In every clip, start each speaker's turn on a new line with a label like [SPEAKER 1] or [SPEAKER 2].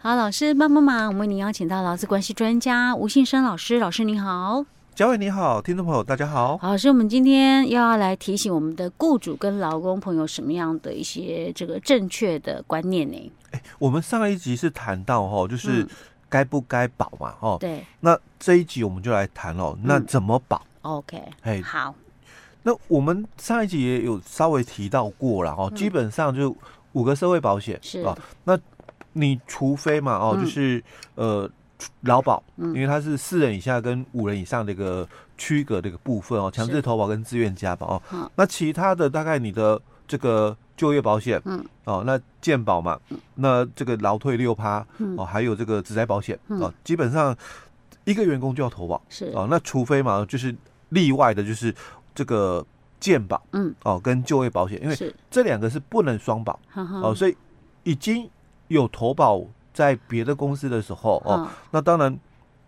[SPEAKER 1] 好，老师帮帮忙，我们为您邀请到劳资关系专家吴信生老师，老师您好。
[SPEAKER 2] 嘉伟你好，听众朋友大家好。
[SPEAKER 1] 好，所以我们今天又要来提醒我们的雇主跟劳工朋友什么样的一些这个正确的观念呢？
[SPEAKER 2] 哎，我们上一集是谈到哦，就是
[SPEAKER 1] 嗯
[SPEAKER 2] 该不该保嘛，哦，
[SPEAKER 1] 对
[SPEAKER 2] 那这一集我们就来谈哦，那
[SPEAKER 1] 嗯
[SPEAKER 2] 怎么保？
[SPEAKER 1] ，OK，
[SPEAKER 2] 哎，
[SPEAKER 1] 好，
[SPEAKER 2] 那我们上一集也有稍微提到过了哦，基本上就五个社会保险
[SPEAKER 1] 嗯是
[SPEAKER 2] 哦，那你除非嘛哦，
[SPEAKER 1] 嗯
[SPEAKER 2] 就是呃劳保，
[SPEAKER 1] 嗯
[SPEAKER 2] 因为它是四人以下跟五人以上的一个区隔的一个部分哦，强
[SPEAKER 1] 是
[SPEAKER 2] 制投保跟自愿加保
[SPEAKER 1] 嗯
[SPEAKER 2] 哦，那其他的大概你的这个就业保险，
[SPEAKER 1] 嗯，
[SPEAKER 2] 哦，那健保嘛，那这个劳退六趴
[SPEAKER 1] 嗯，
[SPEAKER 2] 哦，还有这个职灾保险
[SPEAKER 1] 嗯
[SPEAKER 2] 哦，基本上一个员工就要投保。
[SPEAKER 1] 是，
[SPEAKER 2] 哦，那除非嘛，就是例外的，就是这个健保，
[SPEAKER 1] 嗯，
[SPEAKER 2] 哦，跟就业保险，因为
[SPEAKER 1] 是，嗯
[SPEAKER 2] 这两个是不能双保
[SPEAKER 1] 哈哈，
[SPEAKER 2] 哦，所以已经有投保在别的公司的时候哦，
[SPEAKER 1] 嗯，
[SPEAKER 2] 那当然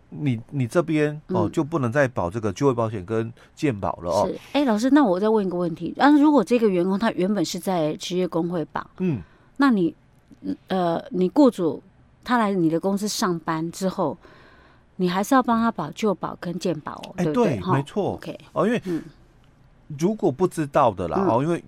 [SPEAKER 2] 你你这边哦
[SPEAKER 1] 嗯
[SPEAKER 2] 就不能再保这个就业保险跟健保了哦，
[SPEAKER 1] 是，哎，老师，那我再问一个问题，啊，如果这个员工他原本是在职业工会榜，
[SPEAKER 2] 嗯，
[SPEAKER 1] 那你，呃，你雇主他来你的公司上班之后，你还是要帮他保旧保跟健保哦，
[SPEAKER 2] 哎
[SPEAKER 1] 对不
[SPEAKER 2] 对，
[SPEAKER 1] 哈
[SPEAKER 2] 没错
[SPEAKER 1] ，OK，
[SPEAKER 2] 哦，因为
[SPEAKER 1] 嗯
[SPEAKER 2] 如果不知道的啦
[SPEAKER 1] 嗯
[SPEAKER 2] 哦，因为。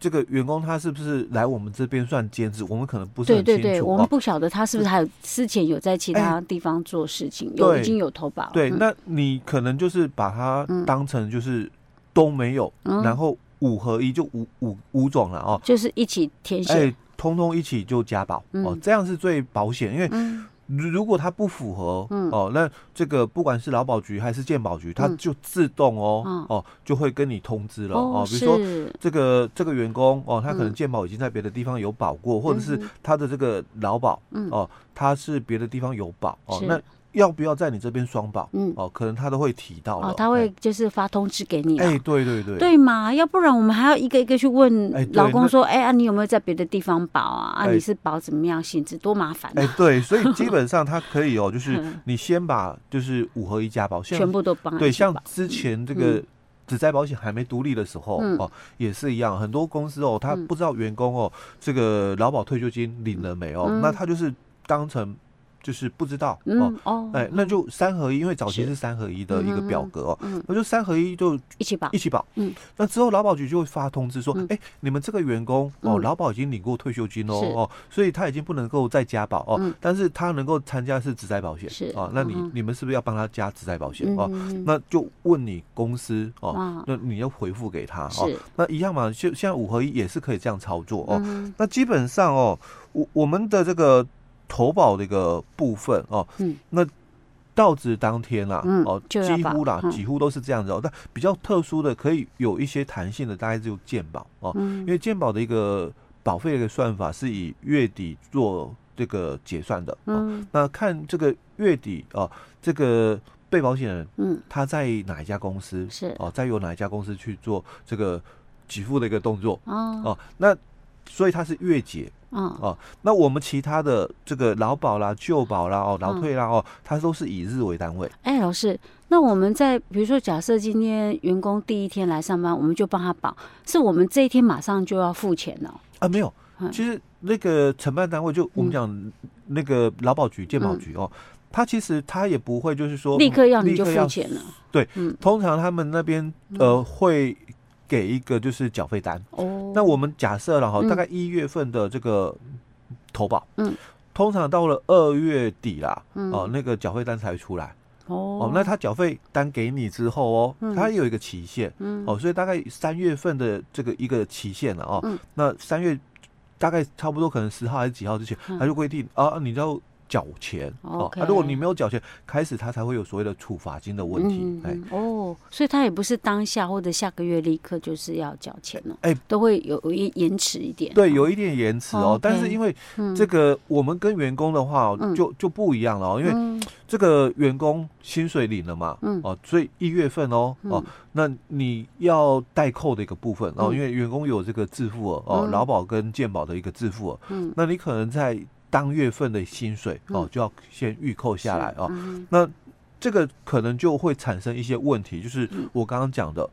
[SPEAKER 2] 这个员工他是不是来我们这边算兼职？我们可能不是
[SPEAKER 1] 对
[SPEAKER 2] 很清
[SPEAKER 1] 对
[SPEAKER 2] 楚。
[SPEAKER 1] 对，我
[SPEAKER 2] 哦哎
[SPEAKER 1] 们不晓得他是不是还有之前有在其他地方做事情，有
[SPEAKER 2] 对
[SPEAKER 1] 已经有投保，
[SPEAKER 2] 对，
[SPEAKER 1] 嗯
[SPEAKER 2] 那你可能就是把它
[SPEAKER 1] 嗯
[SPEAKER 2] 当成就是都没有，
[SPEAKER 1] 嗯
[SPEAKER 2] 然后五合一就五五五种了哦，
[SPEAKER 1] 就是一起填
[SPEAKER 2] 哎、
[SPEAKER 1] 写，
[SPEAKER 2] 通通一起就加保、哦
[SPEAKER 1] 嗯，
[SPEAKER 2] 这样是最保险，因为
[SPEAKER 1] 嗯，
[SPEAKER 2] 如如果它不符合、
[SPEAKER 1] 嗯
[SPEAKER 2] 哦，那这个不管是劳保局还是健保局，它
[SPEAKER 1] 嗯
[SPEAKER 2] 就自动哦、
[SPEAKER 1] 嗯
[SPEAKER 2] 哦就会跟你通知了哦比如说。
[SPEAKER 1] 是，
[SPEAKER 2] 这个这个员工哦，他可能
[SPEAKER 1] 嗯
[SPEAKER 2] 健保已经在别的地方有保过，或者是
[SPEAKER 1] 嗯哼
[SPEAKER 2] 他的这个劳保、
[SPEAKER 1] 嗯
[SPEAKER 2] 哦，他是别的地方有保哦
[SPEAKER 1] 是，
[SPEAKER 2] 那要不要在你这边双保？
[SPEAKER 1] 嗯，
[SPEAKER 2] 哦，可能他都会提到了。
[SPEAKER 1] 哦，他会就是发通知给你
[SPEAKER 2] 哎、
[SPEAKER 1] 啊。
[SPEAKER 2] 哎对对对，
[SPEAKER 1] 对嘛？要不然我们还要一个一个去
[SPEAKER 2] 哎
[SPEAKER 1] 问
[SPEAKER 2] 对
[SPEAKER 1] 老公
[SPEAKER 2] 那
[SPEAKER 1] 说，哎啊，你有没有在别的地方保啊？啊，
[SPEAKER 2] 哎
[SPEAKER 1] 你是保怎么样性质？多麻烦
[SPEAKER 2] 哎、
[SPEAKER 1] 啊！
[SPEAKER 2] 对，所以基本上他可以哦，就 是
[SPEAKER 1] 嗯
[SPEAKER 2] 你先把就是五合一家保，像
[SPEAKER 1] 全部都帮他
[SPEAKER 2] 对，
[SPEAKER 1] 去
[SPEAKER 2] 像
[SPEAKER 1] 保
[SPEAKER 2] 之前这个只灾保险还没独立的时候、
[SPEAKER 1] 嗯
[SPEAKER 2] 哦，也是一样，很多公司哦，他
[SPEAKER 1] 嗯
[SPEAKER 2] 不知道员工哦、这个劳保退休金领了没哦，
[SPEAKER 1] 嗯
[SPEAKER 2] 那他就是当成就是不知道、哦。
[SPEAKER 1] 嗯哦，
[SPEAKER 2] 哎，那就三合一，因为早期
[SPEAKER 1] 是
[SPEAKER 2] 是三合一的一个表格哦，
[SPEAKER 1] 嗯，
[SPEAKER 2] 那就三合一就
[SPEAKER 1] 一起保
[SPEAKER 2] 一，起保。
[SPEAKER 1] 嗯，
[SPEAKER 2] 那之后劳保局就会发通知说
[SPEAKER 1] 嗯，
[SPEAKER 2] 哎、你们这个员工哦，
[SPEAKER 1] 嗯
[SPEAKER 2] 劳保已经领过退休金哦，
[SPEAKER 1] 是
[SPEAKER 2] 哦，所以他已经不能够再加保哦，
[SPEAKER 1] 嗯
[SPEAKER 2] 但是他能够参加是职灾保险，
[SPEAKER 1] 是
[SPEAKER 2] 哦，那你、
[SPEAKER 1] 嗯哼
[SPEAKER 2] 你们是不是要帮他加职灾保险、哦？
[SPEAKER 1] 嗯，
[SPEAKER 2] 那就问你公司哦，
[SPEAKER 1] 哇，
[SPEAKER 2] 那你要回复给他哦，
[SPEAKER 1] 嗯是，
[SPEAKER 2] 那一样嘛，就现在五合一也是可以这样操作哦。
[SPEAKER 1] 嗯
[SPEAKER 2] 那基本上哦，我我们的这个投保的一个部分哦，
[SPEAKER 1] 嗯，
[SPEAKER 2] 那到职当天啦、
[SPEAKER 1] 嗯
[SPEAKER 2] 哦，
[SPEAKER 1] 就要
[SPEAKER 2] 几乎啦，
[SPEAKER 1] 保嗯
[SPEAKER 2] 几乎都是这样子哦。但比较特殊的，可以有一些弹性的，大概就健保哦，
[SPEAKER 1] 嗯
[SPEAKER 2] 因为健保的一个保费的一个算法是以月底做这个结算的。哦、
[SPEAKER 1] 嗯
[SPEAKER 2] 那看这个月底哦，这个被保险人
[SPEAKER 1] 嗯，
[SPEAKER 2] 他在哪一家公司
[SPEAKER 1] 是
[SPEAKER 2] 哦，再由哪一家公司去做这个给付的一个动作
[SPEAKER 1] 哦
[SPEAKER 2] 哦，那。所以它是月结，
[SPEAKER 1] 哦，
[SPEAKER 2] 哦，那我们其他的这个劳保啦、旧保啦、
[SPEAKER 1] 嗯
[SPEAKER 2] 哦、劳退啦、哦，它都是以日为单位。
[SPEAKER 1] 哎，老师，那我们在比如说，假设今天员工第一天来上班，我们就帮他保，是我们这一天马上就要付钱哦。
[SPEAKER 2] 啊，没有
[SPEAKER 1] 嗯，
[SPEAKER 2] 其实那个承办单位就我们讲那个劳保局、健保局哦，它其实它也不会就是说
[SPEAKER 1] 嗯立刻要你就
[SPEAKER 2] 哦立刻要
[SPEAKER 1] 付钱了。
[SPEAKER 2] 对，
[SPEAKER 1] 嗯，
[SPEAKER 2] 通常他们那边呃会给一个就是缴费单。
[SPEAKER 1] 哦，
[SPEAKER 2] 那我们假设了哈，
[SPEAKER 1] 嗯
[SPEAKER 2] 大概一月份的这个投保，
[SPEAKER 1] 嗯，
[SPEAKER 2] 通常到了二月底啦，
[SPEAKER 1] 嗯
[SPEAKER 2] 哦，那个缴费单才出来。
[SPEAKER 1] 哦
[SPEAKER 2] 哦，那他缴费单给你之后哦，
[SPEAKER 1] 嗯
[SPEAKER 2] 他有一个期限，
[SPEAKER 1] 嗯
[SPEAKER 2] 哦，所以大概三月份的这个一个期限了哦，
[SPEAKER 1] 嗯
[SPEAKER 2] 那三月大概差不多可能十号还是几号之前，
[SPEAKER 1] 嗯
[SPEAKER 2] 他就规定啊，你要缴钱哦、
[SPEAKER 1] OK
[SPEAKER 2] 啊，如果你没有缴钱，开始他才会有所谓的处罚金的问题，
[SPEAKER 1] 嗯
[SPEAKER 2] 哎、
[SPEAKER 1] 嗯哦，所以他也不是当下或者下个月立刻就是要缴钱哦了，
[SPEAKER 2] 哎
[SPEAKER 1] 都会有有一延迟一点。
[SPEAKER 2] 对，有一点延迟哦，
[SPEAKER 1] OK
[SPEAKER 2] 但是因为
[SPEAKER 1] 嗯
[SPEAKER 2] 这个我们跟员工的话、哦
[SPEAKER 1] 嗯
[SPEAKER 2] 就就不一样了哦，因为
[SPEAKER 1] 嗯
[SPEAKER 2] 这个员工薪水领了嘛，
[SPEAKER 1] 嗯
[SPEAKER 2] 哦，所以一月份哦，哦
[SPEAKER 1] 嗯，
[SPEAKER 2] 那你要代扣的一个部分哦，
[SPEAKER 1] 嗯
[SPEAKER 2] 因为员工有这个自付额哦
[SPEAKER 1] 嗯，
[SPEAKER 2] 劳保跟健保的一个自付额，
[SPEAKER 1] 嗯
[SPEAKER 2] 那你可能在当月份的薪水哦
[SPEAKER 1] 嗯，
[SPEAKER 2] 就要先预扣下来哦，
[SPEAKER 1] 嗯
[SPEAKER 2] 那这个可能就会产生一些问题，就是
[SPEAKER 1] 嗯
[SPEAKER 2] 我刚刚讲的。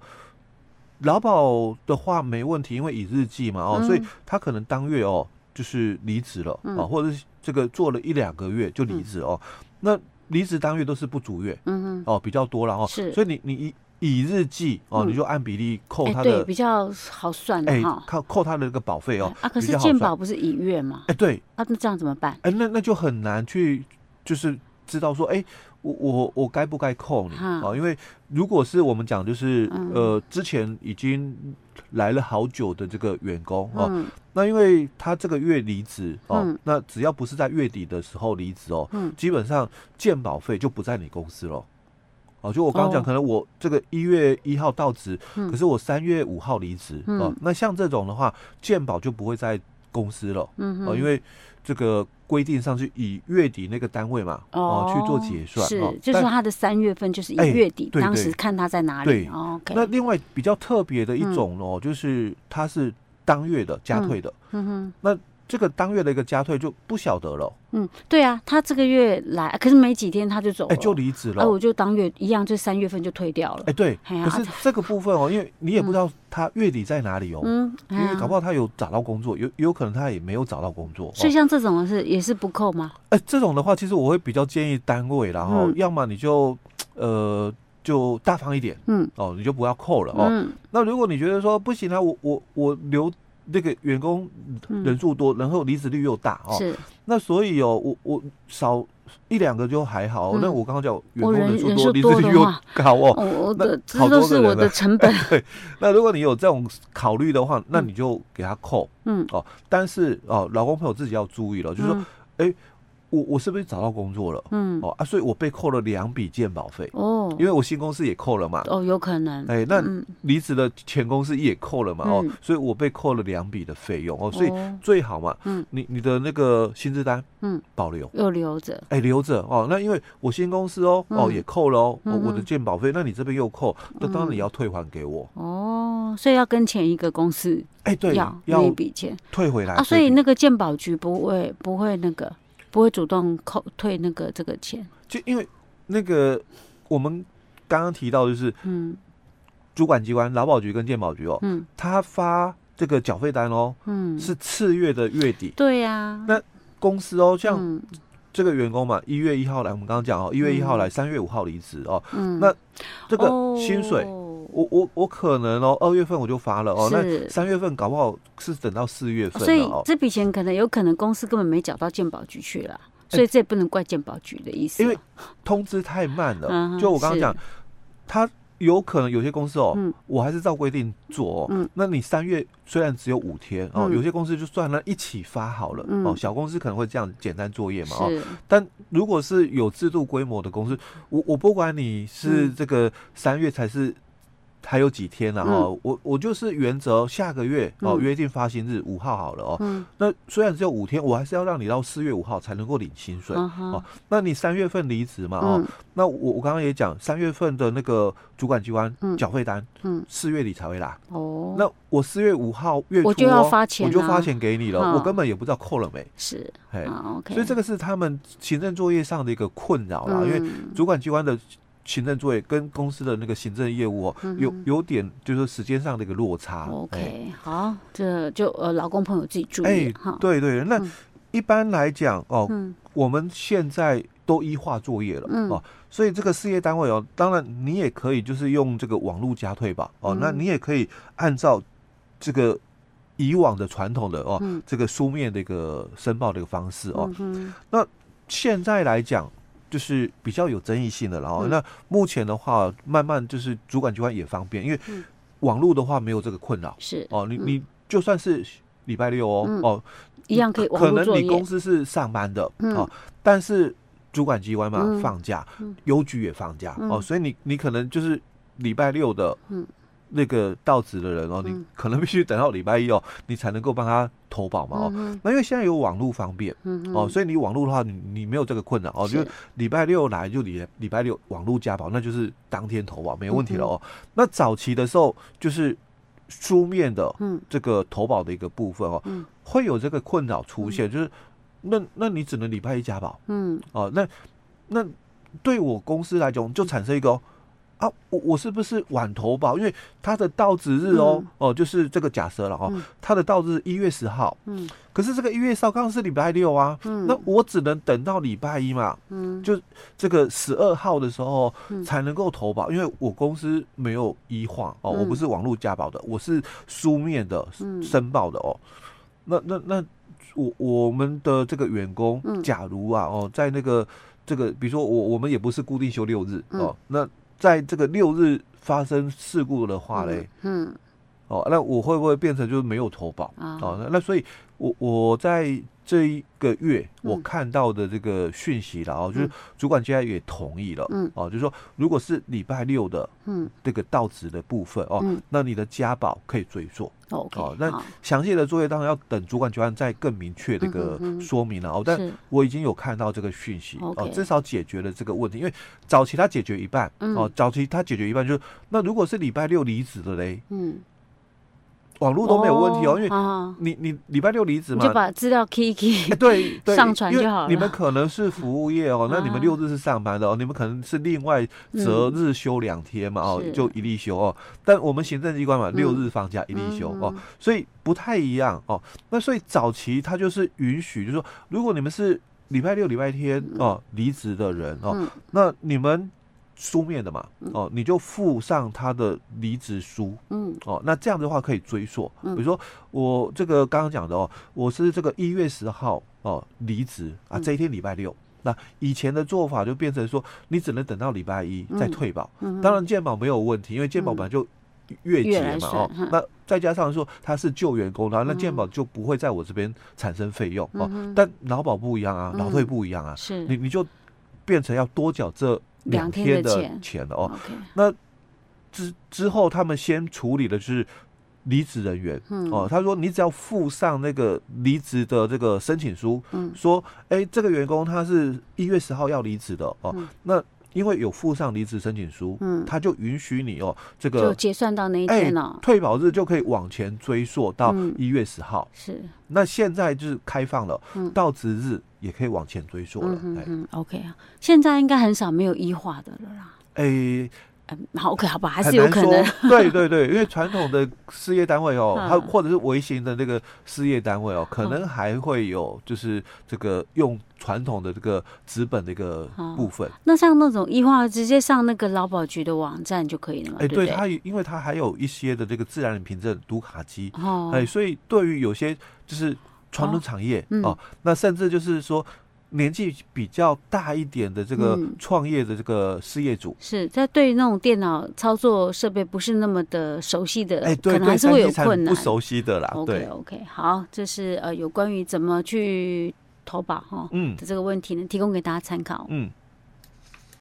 [SPEAKER 2] 劳保的话没问题，因为以日计嘛哦，
[SPEAKER 1] 嗯
[SPEAKER 2] 所以他可能当月哦就是离职了啊、
[SPEAKER 1] 嗯
[SPEAKER 2] 哦，或者是这个做了一两个月就离职哦。那离职当月都是不足月
[SPEAKER 1] 嗯
[SPEAKER 2] 哦，比较多了哦。
[SPEAKER 1] 是
[SPEAKER 2] 所以你你以以日计哦，
[SPEAKER 1] 嗯
[SPEAKER 2] 你就按比例扣
[SPEAKER 1] 哼，
[SPEAKER 2] 他
[SPEAKER 1] 哎，对，
[SPEAKER 2] 的
[SPEAKER 1] 比较好算
[SPEAKER 2] 哎，
[SPEAKER 1] 哈。
[SPEAKER 2] 扣扣他的那个保费哦。
[SPEAKER 1] 啊，可
[SPEAKER 2] 比
[SPEAKER 1] 是
[SPEAKER 2] 较好
[SPEAKER 1] 健
[SPEAKER 2] 算
[SPEAKER 1] 保不是一月嘛？
[SPEAKER 2] 哎，对，
[SPEAKER 1] 啊，那这样怎么办？
[SPEAKER 2] 哎，那那就很难去就是知道说，哎、我我我该不该扣你
[SPEAKER 1] 哈
[SPEAKER 2] 啊？因为如果是我们讲就是、
[SPEAKER 1] 嗯
[SPEAKER 2] 呃之前已经来了好久的这个员工哦、
[SPEAKER 1] 嗯
[SPEAKER 2] 那因为他这个月离职哦、
[SPEAKER 1] 嗯
[SPEAKER 2] 那只要不是在月底的时候离职哦，
[SPEAKER 1] 嗯
[SPEAKER 2] 基本上健保费就不在你公司了。哦，就我刚刚讲，
[SPEAKER 1] 哦
[SPEAKER 2] 可能我这个一月一号到职，
[SPEAKER 1] 嗯
[SPEAKER 2] 可是我三月五号离职哦
[SPEAKER 1] 嗯。
[SPEAKER 2] 那像这种的话，健保就不会在公司了。
[SPEAKER 1] 嗯哼，
[SPEAKER 2] 哦，因为这个规定上是以月底那个单位嘛，哦去做结算，
[SPEAKER 1] 是
[SPEAKER 2] 哦，
[SPEAKER 1] 就是说
[SPEAKER 2] 但
[SPEAKER 1] 他的三月份就是一
[SPEAKER 2] 哎
[SPEAKER 1] 月底，
[SPEAKER 2] 对
[SPEAKER 1] 当
[SPEAKER 2] 对
[SPEAKER 1] 时看他在哪里
[SPEAKER 2] 对
[SPEAKER 1] 哦，OK，
[SPEAKER 2] 那另外比较特别的一种哦，就是它是当月的加退的，
[SPEAKER 1] 嗯哼。
[SPEAKER 2] 这个当月的一个加退就不晓得了，
[SPEAKER 1] 嗯，对啊，他这个月来，可是没几天他就走了，
[SPEAKER 2] 哎，就离职
[SPEAKER 1] 啊，
[SPEAKER 2] 了，
[SPEAKER 1] 我就当月一样，就三月份就退掉了。
[SPEAKER 2] 哎，对，
[SPEAKER 1] 哎呀
[SPEAKER 2] 可是这个部分哦，因为你也不知道他月底在哪里哦，
[SPEAKER 1] 嗯，哎
[SPEAKER 2] 因为搞不
[SPEAKER 1] 好。
[SPEAKER 2] 好他有找到工作，有有可能他也没有找到工作，
[SPEAKER 1] 所以
[SPEAKER 2] 哦
[SPEAKER 1] 像这种是也是不扣吗？
[SPEAKER 2] 哎，这种的话，其实我会比较建议单位啦，然后
[SPEAKER 1] 嗯
[SPEAKER 2] 要么你就呃就大方一点
[SPEAKER 1] 嗯
[SPEAKER 2] 哦，你就不要扣了哦。
[SPEAKER 1] 嗯
[SPEAKER 2] 那如果你觉得说不行啊，我我我留那个员工人
[SPEAKER 1] 嗯，
[SPEAKER 2] 数多，然后离职率又大哦，
[SPEAKER 1] 是
[SPEAKER 2] 那所以哦，我我少一两个就还好。
[SPEAKER 1] 嗯
[SPEAKER 2] 那我刚刚讲员
[SPEAKER 1] 我
[SPEAKER 2] 工
[SPEAKER 1] 人
[SPEAKER 2] 人数
[SPEAKER 1] 人
[SPEAKER 2] 多，
[SPEAKER 1] 数
[SPEAKER 2] 离
[SPEAKER 1] 多
[SPEAKER 2] 职率
[SPEAKER 1] 的
[SPEAKER 2] 又
[SPEAKER 1] 话
[SPEAKER 2] 高哦。
[SPEAKER 1] 我我的这
[SPEAKER 2] 好
[SPEAKER 1] 都
[SPEAKER 2] 多
[SPEAKER 1] 是
[SPEAKER 2] 个人
[SPEAKER 1] 我的
[SPEAKER 2] 啊
[SPEAKER 1] 成 本。
[SPEAKER 2] 那如果你有这种考虑的话，那你就给他扣。
[SPEAKER 1] 嗯
[SPEAKER 2] 哦，但是哦，老公朋友自己要注意了，就是说
[SPEAKER 1] 嗯
[SPEAKER 2] 我我是不是找到工作了？
[SPEAKER 1] 嗯
[SPEAKER 2] 哦啊，所以我被扣了两笔鉴保费，
[SPEAKER 1] 哦
[SPEAKER 2] 因为我新公司也扣了嘛。
[SPEAKER 1] 哦，有可能。
[SPEAKER 2] 哎，那
[SPEAKER 1] 嗯
[SPEAKER 2] 离职的前公司也扣了嘛，哦
[SPEAKER 1] 嗯，
[SPEAKER 2] 所以我被扣了两笔的费用哦，所以
[SPEAKER 1] 哦
[SPEAKER 2] 最好嘛，
[SPEAKER 1] 嗯
[SPEAKER 2] 你你的那个薪资单，
[SPEAKER 1] 嗯，
[SPEAKER 2] 保留，
[SPEAKER 1] 又留着。
[SPEAKER 2] 哎、留着哦。那因为我新公司哦，哦
[SPEAKER 1] 嗯
[SPEAKER 2] 也扣了哦，哦我
[SPEAKER 1] 嗯
[SPEAKER 2] 的
[SPEAKER 1] 哼
[SPEAKER 2] 健保费，那你这边又扣，那当然
[SPEAKER 1] 嗯
[SPEAKER 2] 你要退还给我。
[SPEAKER 1] 哦，所以要跟前一个公司
[SPEAKER 2] 哎、对，
[SPEAKER 1] 要
[SPEAKER 2] 要
[SPEAKER 1] 那一笔钱
[SPEAKER 2] 退回来
[SPEAKER 1] 啊，所以
[SPEAKER 2] 这笔
[SPEAKER 1] 那个鉴宝局不会不会那个不会主动扣退那个这个钱。
[SPEAKER 2] 就因为那个我们刚刚提到，就是
[SPEAKER 1] 嗯
[SPEAKER 2] 主管机关劳保局跟健保局哦，
[SPEAKER 1] 嗯
[SPEAKER 2] 他发这个缴费单哦，
[SPEAKER 1] 嗯，
[SPEAKER 2] 是次月的月底。
[SPEAKER 1] 对呀。
[SPEAKER 2] 那公司哦，像
[SPEAKER 1] 嗯
[SPEAKER 2] 这个员工嘛，一月一号来，我们刚刚讲哦，一月一号来，三月五号离职哦，
[SPEAKER 1] 嗯，
[SPEAKER 2] 那这个薪水，
[SPEAKER 1] 哦
[SPEAKER 2] 我我我可能哦，二月份我就发了哦，那
[SPEAKER 1] 是
[SPEAKER 2] 三月份搞不好是等到四月份
[SPEAKER 1] 所以
[SPEAKER 2] 了哦，
[SPEAKER 1] 这笔钱可能有可能公司根本没缴到鉴宝局去了，所以这也不能怪鉴宝局的意思啊。
[SPEAKER 2] 哎因为通知太慢了。
[SPEAKER 1] 嗯哼
[SPEAKER 2] 就我刚刚讲，他有可能有些公司哦，
[SPEAKER 1] 嗯
[SPEAKER 2] 我还是照规定做哦。
[SPEAKER 1] 嗯
[SPEAKER 2] 那你三月虽然只有五天哦，
[SPEAKER 1] 嗯
[SPEAKER 2] 有些公司就算了一起发好了、
[SPEAKER 1] 嗯
[SPEAKER 2] 哦，小公司可能会这样简单作业嘛哦。
[SPEAKER 1] 是
[SPEAKER 2] 但如果是有制度规模的公司，我我不管你是
[SPEAKER 1] 嗯
[SPEAKER 2] 这个三月才是。还有几天了、啊、哦，我我就是原则下个月哦、
[SPEAKER 1] 嗯
[SPEAKER 2] 约定发薪日五号好了哦，
[SPEAKER 1] 嗯，
[SPEAKER 2] 那虽然只有五天，我还是要让你到四月五号才能够领薪水。
[SPEAKER 1] 啊哈
[SPEAKER 2] 哦那你三月份离职嘛？哦，
[SPEAKER 1] 嗯
[SPEAKER 2] 那我我刚刚也讲，三月份的那个主管机关
[SPEAKER 1] 嗯
[SPEAKER 2] 缴费单，
[SPEAKER 1] 嗯
[SPEAKER 2] 四月底才会拿。
[SPEAKER 1] 哦，
[SPEAKER 2] 那我四月五号月初、哦、
[SPEAKER 1] 我就要发钱啊
[SPEAKER 2] 我就发钱给你了，
[SPEAKER 1] 嗯
[SPEAKER 2] 我根本也不知道扣了没。
[SPEAKER 1] 是
[SPEAKER 2] 哎，
[SPEAKER 1] 啊 OK，
[SPEAKER 2] 所以这个是他们行政作业上的一个困扰啦，因为
[SPEAKER 1] 嗯
[SPEAKER 2] 主管机关的。行政作业跟公司的那个行政业务哦，
[SPEAKER 1] 嗯
[SPEAKER 2] 有
[SPEAKER 1] 哼
[SPEAKER 2] 有点就是说时间上的一个落差。哎
[SPEAKER 1] OK 好，这就呃老公朋友自己注
[SPEAKER 2] 哎、
[SPEAKER 1] 意哈。
[SPEAKER 2] 对对，那
[SPEAKER 1] 嗯
[SPEAKER 2] 一般来讲哦，
[SPEAKER 1] 嗯
[SPEAKER 2] 我们现在都一化作业了、
[SPEAKER 1] 嗯
[SPEAKER 2] 哦，所以这个事业单位哦，当然你也可以就是用这个网络加退吧哦，
[SPEAKER 1] 嗯
[SPEAKER 2] 那你也可以按照这个以往的传统的哦，
[SPEAKER 1] 嗯
[SPEAKER 2] 这个书面的一个申报的一个方式哦，
[SPEAKER 1] 嗯哼
[SPEAKER 2] 现在来讲。就是比较有争议性的了哦。
[SPEAKER 1] 嗯
[SPEAKER 2] 那目前的话，慢慢就是主管机关也方便，因为
[SPEAKER 1] 嗯
[SPEAKER 2] 网络的话没有这个困扰
[SPEAKER 1] 是
[SPEAKER 2] 哦。你
[SPEAKER 1] 嗯
[SPEAKER 2] 你就算是礼拜六哦
[SPEAKER 1] 嗯
[SPEAKER 2] 哦，
[SPEAKER 1] 一样可以
[SPEAKER 2] 可
[SPEAKER 1] 网络
[SPEAKER 2] 能
[SPEAKER 1] 作
[SPEAKER 2] 你公
[SPEAKER 1] 业，
[SPEAKER 2] 司是上班的
[SPEAKER 1] 嗯
[SPEAKER 2] 哦，但是主管机关嘛、
[SPEAKER 1] 嗯
[SPEAKER 2] 放假
[SPEAKER 1] 嗯，
[SPEAKER 2] 邮局也放假
[SPEAKER 1] 嗯
[SPEAKER 2] 哦，所以你你可能就是礼拜六的
[SPEAKER 1] 嗯
[SPEAKER 2] 那个到职的人哦，你
[SPEAKER 1] 嗯
[SPEAKER 2] 可能必须等到礼拜一哦，你才能够帮他投保嘛哦。
[SPEAKER 1] 嗯
[SPEAKER 2] 那因为现在有网络方便
[SPEAKER 1] 哼
[SPEAKER 2] 哦，所以你网络的话，你你没有这个困扰哦，就是礼拜六来就礼礼拜六网络加保，那就是当天投保没问
[SPEAKER 1] 嗯
[SPEAKER 2] 题了哦。那早期的时候就是书面的
[SPEAKER 1] 嗯
[SPEAKER 2] 这个投保的一个部分哦，
[SPEAKER 1] 嗯
[SPEAKER 2] 会有这个困扰出现，就是那那你只能礼拜一加保
[SPEAKER 1] 嗯
[SPEAKER 2] 哦，那那对我公司来讲就产生一个哦啊，我我是不是晚投保？因为它的到职日哦，哦，就是这个假设了哦，
[SPEAKER 1] 嗯
[SPEAKER 2] 它的到职一月十号，
[SPEAKER 1] 嗯
[SPEAKER 2] 可是这个一月十号刚好是礼拜六啊，
[SPEAKER 1] 嗯
[SPEAKER 2] 那我只能等到礼拜一嘛，
[SPEAKER 1] 嗯，
[SPEAKER 2] 就这个十二号的时候
[SPEAKER 1] 嗯
[SPEAKER 2] 才能够投保，因为我公司没有医化哦，
[SPEAKER 1] 嗯
[SPEAKER 2] 我不是网络加保的，我是书面的
[SPEAKER 1] 嗯
[SPEAKER 2] 申报的哦。那那那我我们的这个员工
[SPEAKER 1] 嗯，
[SPEAKER 2] 假如啊哦，在那个这个，比如说我我们也不是固定休六日
[SPEAKER 1] 嗯
[SPEAKER 2] 哦，那在这个六日发生事故的话嘞，
[SPEAKER 1] 嗯
[SPEAKER 2] 哦，那我会不会变成就是没有投保？
[SPEAKER 1] 啊
[SPEAKER 2] 哦，那那所以我，我在这一个月
[SPEAKER 1] 嗯
[SPEAKER 2] 我看到的这个讯息了哦，就是
[SPEAKER 1] 嗯
[SPEAKER 2] 主管现在也同意了，
[SPEAKER 1] 嗯
[SPEAKER 2] 哦，就是说如果是礼拜六的
[SPEAKER 1] 嗯
[SPEAKER 2] 这个到职的部分哦，
[SPEAKER 1] 嗯
[SPEAKER 2] 那你的家保可以追溯。
[SPEAKER 1] ，OK，
[SPEAKER 2] 哦那
[SPEAKER 1] 好
[SPEAKER 2] 详细的作业当然要等主管机关再更明确的一个
[SPEAKER 1] 嗯哼嗯哼
[SPEAKER 2] 说明了哦，但
[SPEAKER 1] 是
[SPEAKER 2] 我已经有看到这个讯息哦
[SPEAKER 1] OK，
[SPEAKER 2] 至少解决了这个问题，因为早期他解决一半、
[SPEAKER 1] 嗯
[SPEAKER 2] 哦，早期他解决一半就是那如果是礼拜六离职的嘞，
[SPEAKER 1] 嗯，
[SPEAKER 2] 网络都没有问题哦，因为
[SPEAKER 1] 啊，
[SPEAKER 2] 你你礼拜六离职
[SPEAKER 1] 你
[SPEAKER 2] 嘛，
[SPEAKER 1] 就把资料 key key，
[SPEAKER 2] 哎对对，
[SPEAKER 1] 上传
[SPEAKER 2] 因为
[SPEAKER 1] 就好
[SPEAKER 2] 你
[SPEAKER 1] 了
[SPEAKER 2] 们可能是服务业 哦，那你们
[SPEAKER 1] 啊
[SPEAKER 2] 六日是上班的哦，你们可能是另外择
[SPEAKER 1] 嗯
[SPEAKER 2] 日休两天嘛哦
[SPEAKER 1] 是，
[SPEAKER 2] 就一例休哦。但我们行政机关嘛，
[SPEAKER 1] 嗯
[SPEAKER 2] 六日放假一例休哦
[SPEAKER 1] 嗯，
[SPEAKER 2] 所以不太一样哦。那所以早期它就是允许，就是说如果你们是礼拜六、礼拜天哦离职的人哦，
[SPEAKER 1] 嗯
[SPEAKER 2] 那你们书面的嘛哦，你就附上他的离职书。
[SPEAKER 1] 嗯
[SPEAKER 2] 哦，那这样的话可以追溯，比
[SPEAKER 1] 嗯
[SPEAKER 2] 如说我这个刚刚讲的哦，我是这个一月十号哦离职啊，
[SPEAKER 1] 嗯
[SPEAKER 2] 这一天礼拜六。那以前的做法就变成说，你只能等到礼拜一再
[SPEAKER 1] 嗯
[SPEAKER 2] 退保。
[SPEAKER 1] 嗯，
[SPEAKER 2] 当然健保没有问题，因为健保
[SPEAKER 1] 嗯
[SPEAKER 2] 本来就月
[SPEAKER 1] 月
[SPEAKER 2] 结
[SPEAKER 1] 来
[SPEAKER 2] 嘛
[SPEAKER 1] 算
[SPEAKER 2] 哦
[SPEAKER 1] 嗯。
[SPEAKER 2] 那再加上说他是旧员工，然后那健
[SPEAKER 1] 嗯
[SPEAKER 2] 保就不会在我这边产生费用哦
[SPEAKER 1] 嗯。哼
[SPEAKER 2] 但劳保不一样啊，劳退
[SPEAKER 1] 嗯
[SPEAKER 2] 不一样啊，
[SPEAKER 1] 是
[SPEAKER 2] 你你就变成要多缴这
[SPEAKER 1] 两
[SPEAKER 2] 两
[SPEAKER 1] 天
[SPEAKER 2] 天
[SPEAKER 1] 的
[SPEAKER 2] 的
[SPEAKER 1] 钱
[SPEAKER 2] 钱了哦。
[SPEAKER 1] OK，
[SPEAKER 2] 之之后，他们先处理的是离职人员
[SPEAKER 1] 嗯
[SPEAKER 2] 哦。他说，你只要附上那个离职的这个申请书，
[SPEAKER 1] 嗯
[SPEAKER 2] 说，哎、这个员工他是一月十号要离职的哦。
[SPEAKER 1] 嗯
[SPEAKER 2] 那因为有附上离职申请书，
[SPEAKER 1] 嗯，
[SPEAKER 2] 他就允许你哦，这
[SPEAKER 1] 就
[SPEAKER 2] 个
[SPEAKER 1] 结算到那一
[SPEAKER 2] 哎
[SPEAKER 1] 天了，
[SPEAKER 2] 退保日就可以往前追溯到
[SPEAKER 1] 嗯
[SPEAKER 2] 一月十号。
[SPEAKER 1] 是
[SPEAKER 2] 那现在就是开放了，
[SPEAKER 1] 嗯
[SPEAKER 2] 到职日也可以往前追溯了
[SPEAKER 1] 嗯。嗯
[SPEAKER 2] 哎、
[SPEAKER 1] 嗯，OK 啊，现在应该很少没有医化的了啦。
[SPEAKER 2] 哎
[SPEAKER 1] 嗯，好，OK，好吧，还
[SPEAKER 2] 很
[SPEAKER 1] 是有
[SPEAKER 2] 难
[SPEAKER 1] 可
[SPEAKER 2] 说，
[SPEAKER 1] 能。
[SPEAKER 2] 对对对，因为传统的事业单位 哦，
[SPEAKER 1] 嗯
[SPEAKER 2] 它或者是微型的那个事业单位哦，可能还会有就是这个用传统的这个纸本的一个部分。
[SPEAKER 1] 那像那种医化，直接上那个劳保局的网站就可以了嘛？
[SPEAKER 2] 哎，
[SPEAKER 1] 对
[SPEAKER 2] 对
[SPEAKER 1] 不对？
[SPEAKER 2] 它，因为它还有一些的这个自然人凭证读卡机，
[SPEAKER 1] 哦，
[SPEAKER 2] 哎，所以对于有些就是传统
[SPEAKER 1] 哦
[SPEAKER 2] 产业
[SPEAKER 1] 嗯
[SPEAKER 2] 哦，那甚至就是说。年纪比较大一点的这个
[SPEAKER 1] 嗯
[SPEAKER 2] 创业的这个事业主，
[SPEAKER 1] 是在对那种电脑操作设备不是那么的熟悉的，
[SPEAKER 2] 哎、对
[SPEAKER 1] 可能还
[SPEAKER 2] 对，
[SPEAKER 1] 是
[SPEAKER 2] 三
[SPEAKER 1] 会
[SPEAKER 2] D
[SPEAKER 1] 有
[SPEAKER 2] 产
[SPEAKER 1] 困
[SPEAKER 2] 品
[SPEAKER 1] 难。
[SPEAKER 2] 不熟悉的啦，
[SPEAKER 1] OK 哦
[SPEAKER 2] 对，
[SPEAKER 1] OK，好，这是呃有关于怎么去投保哈
[SPEAKER 2] 嗯
[SPEAKER 1] 的这个问题呢，提供给大家参考。
[SPEAKER 2] 嗯。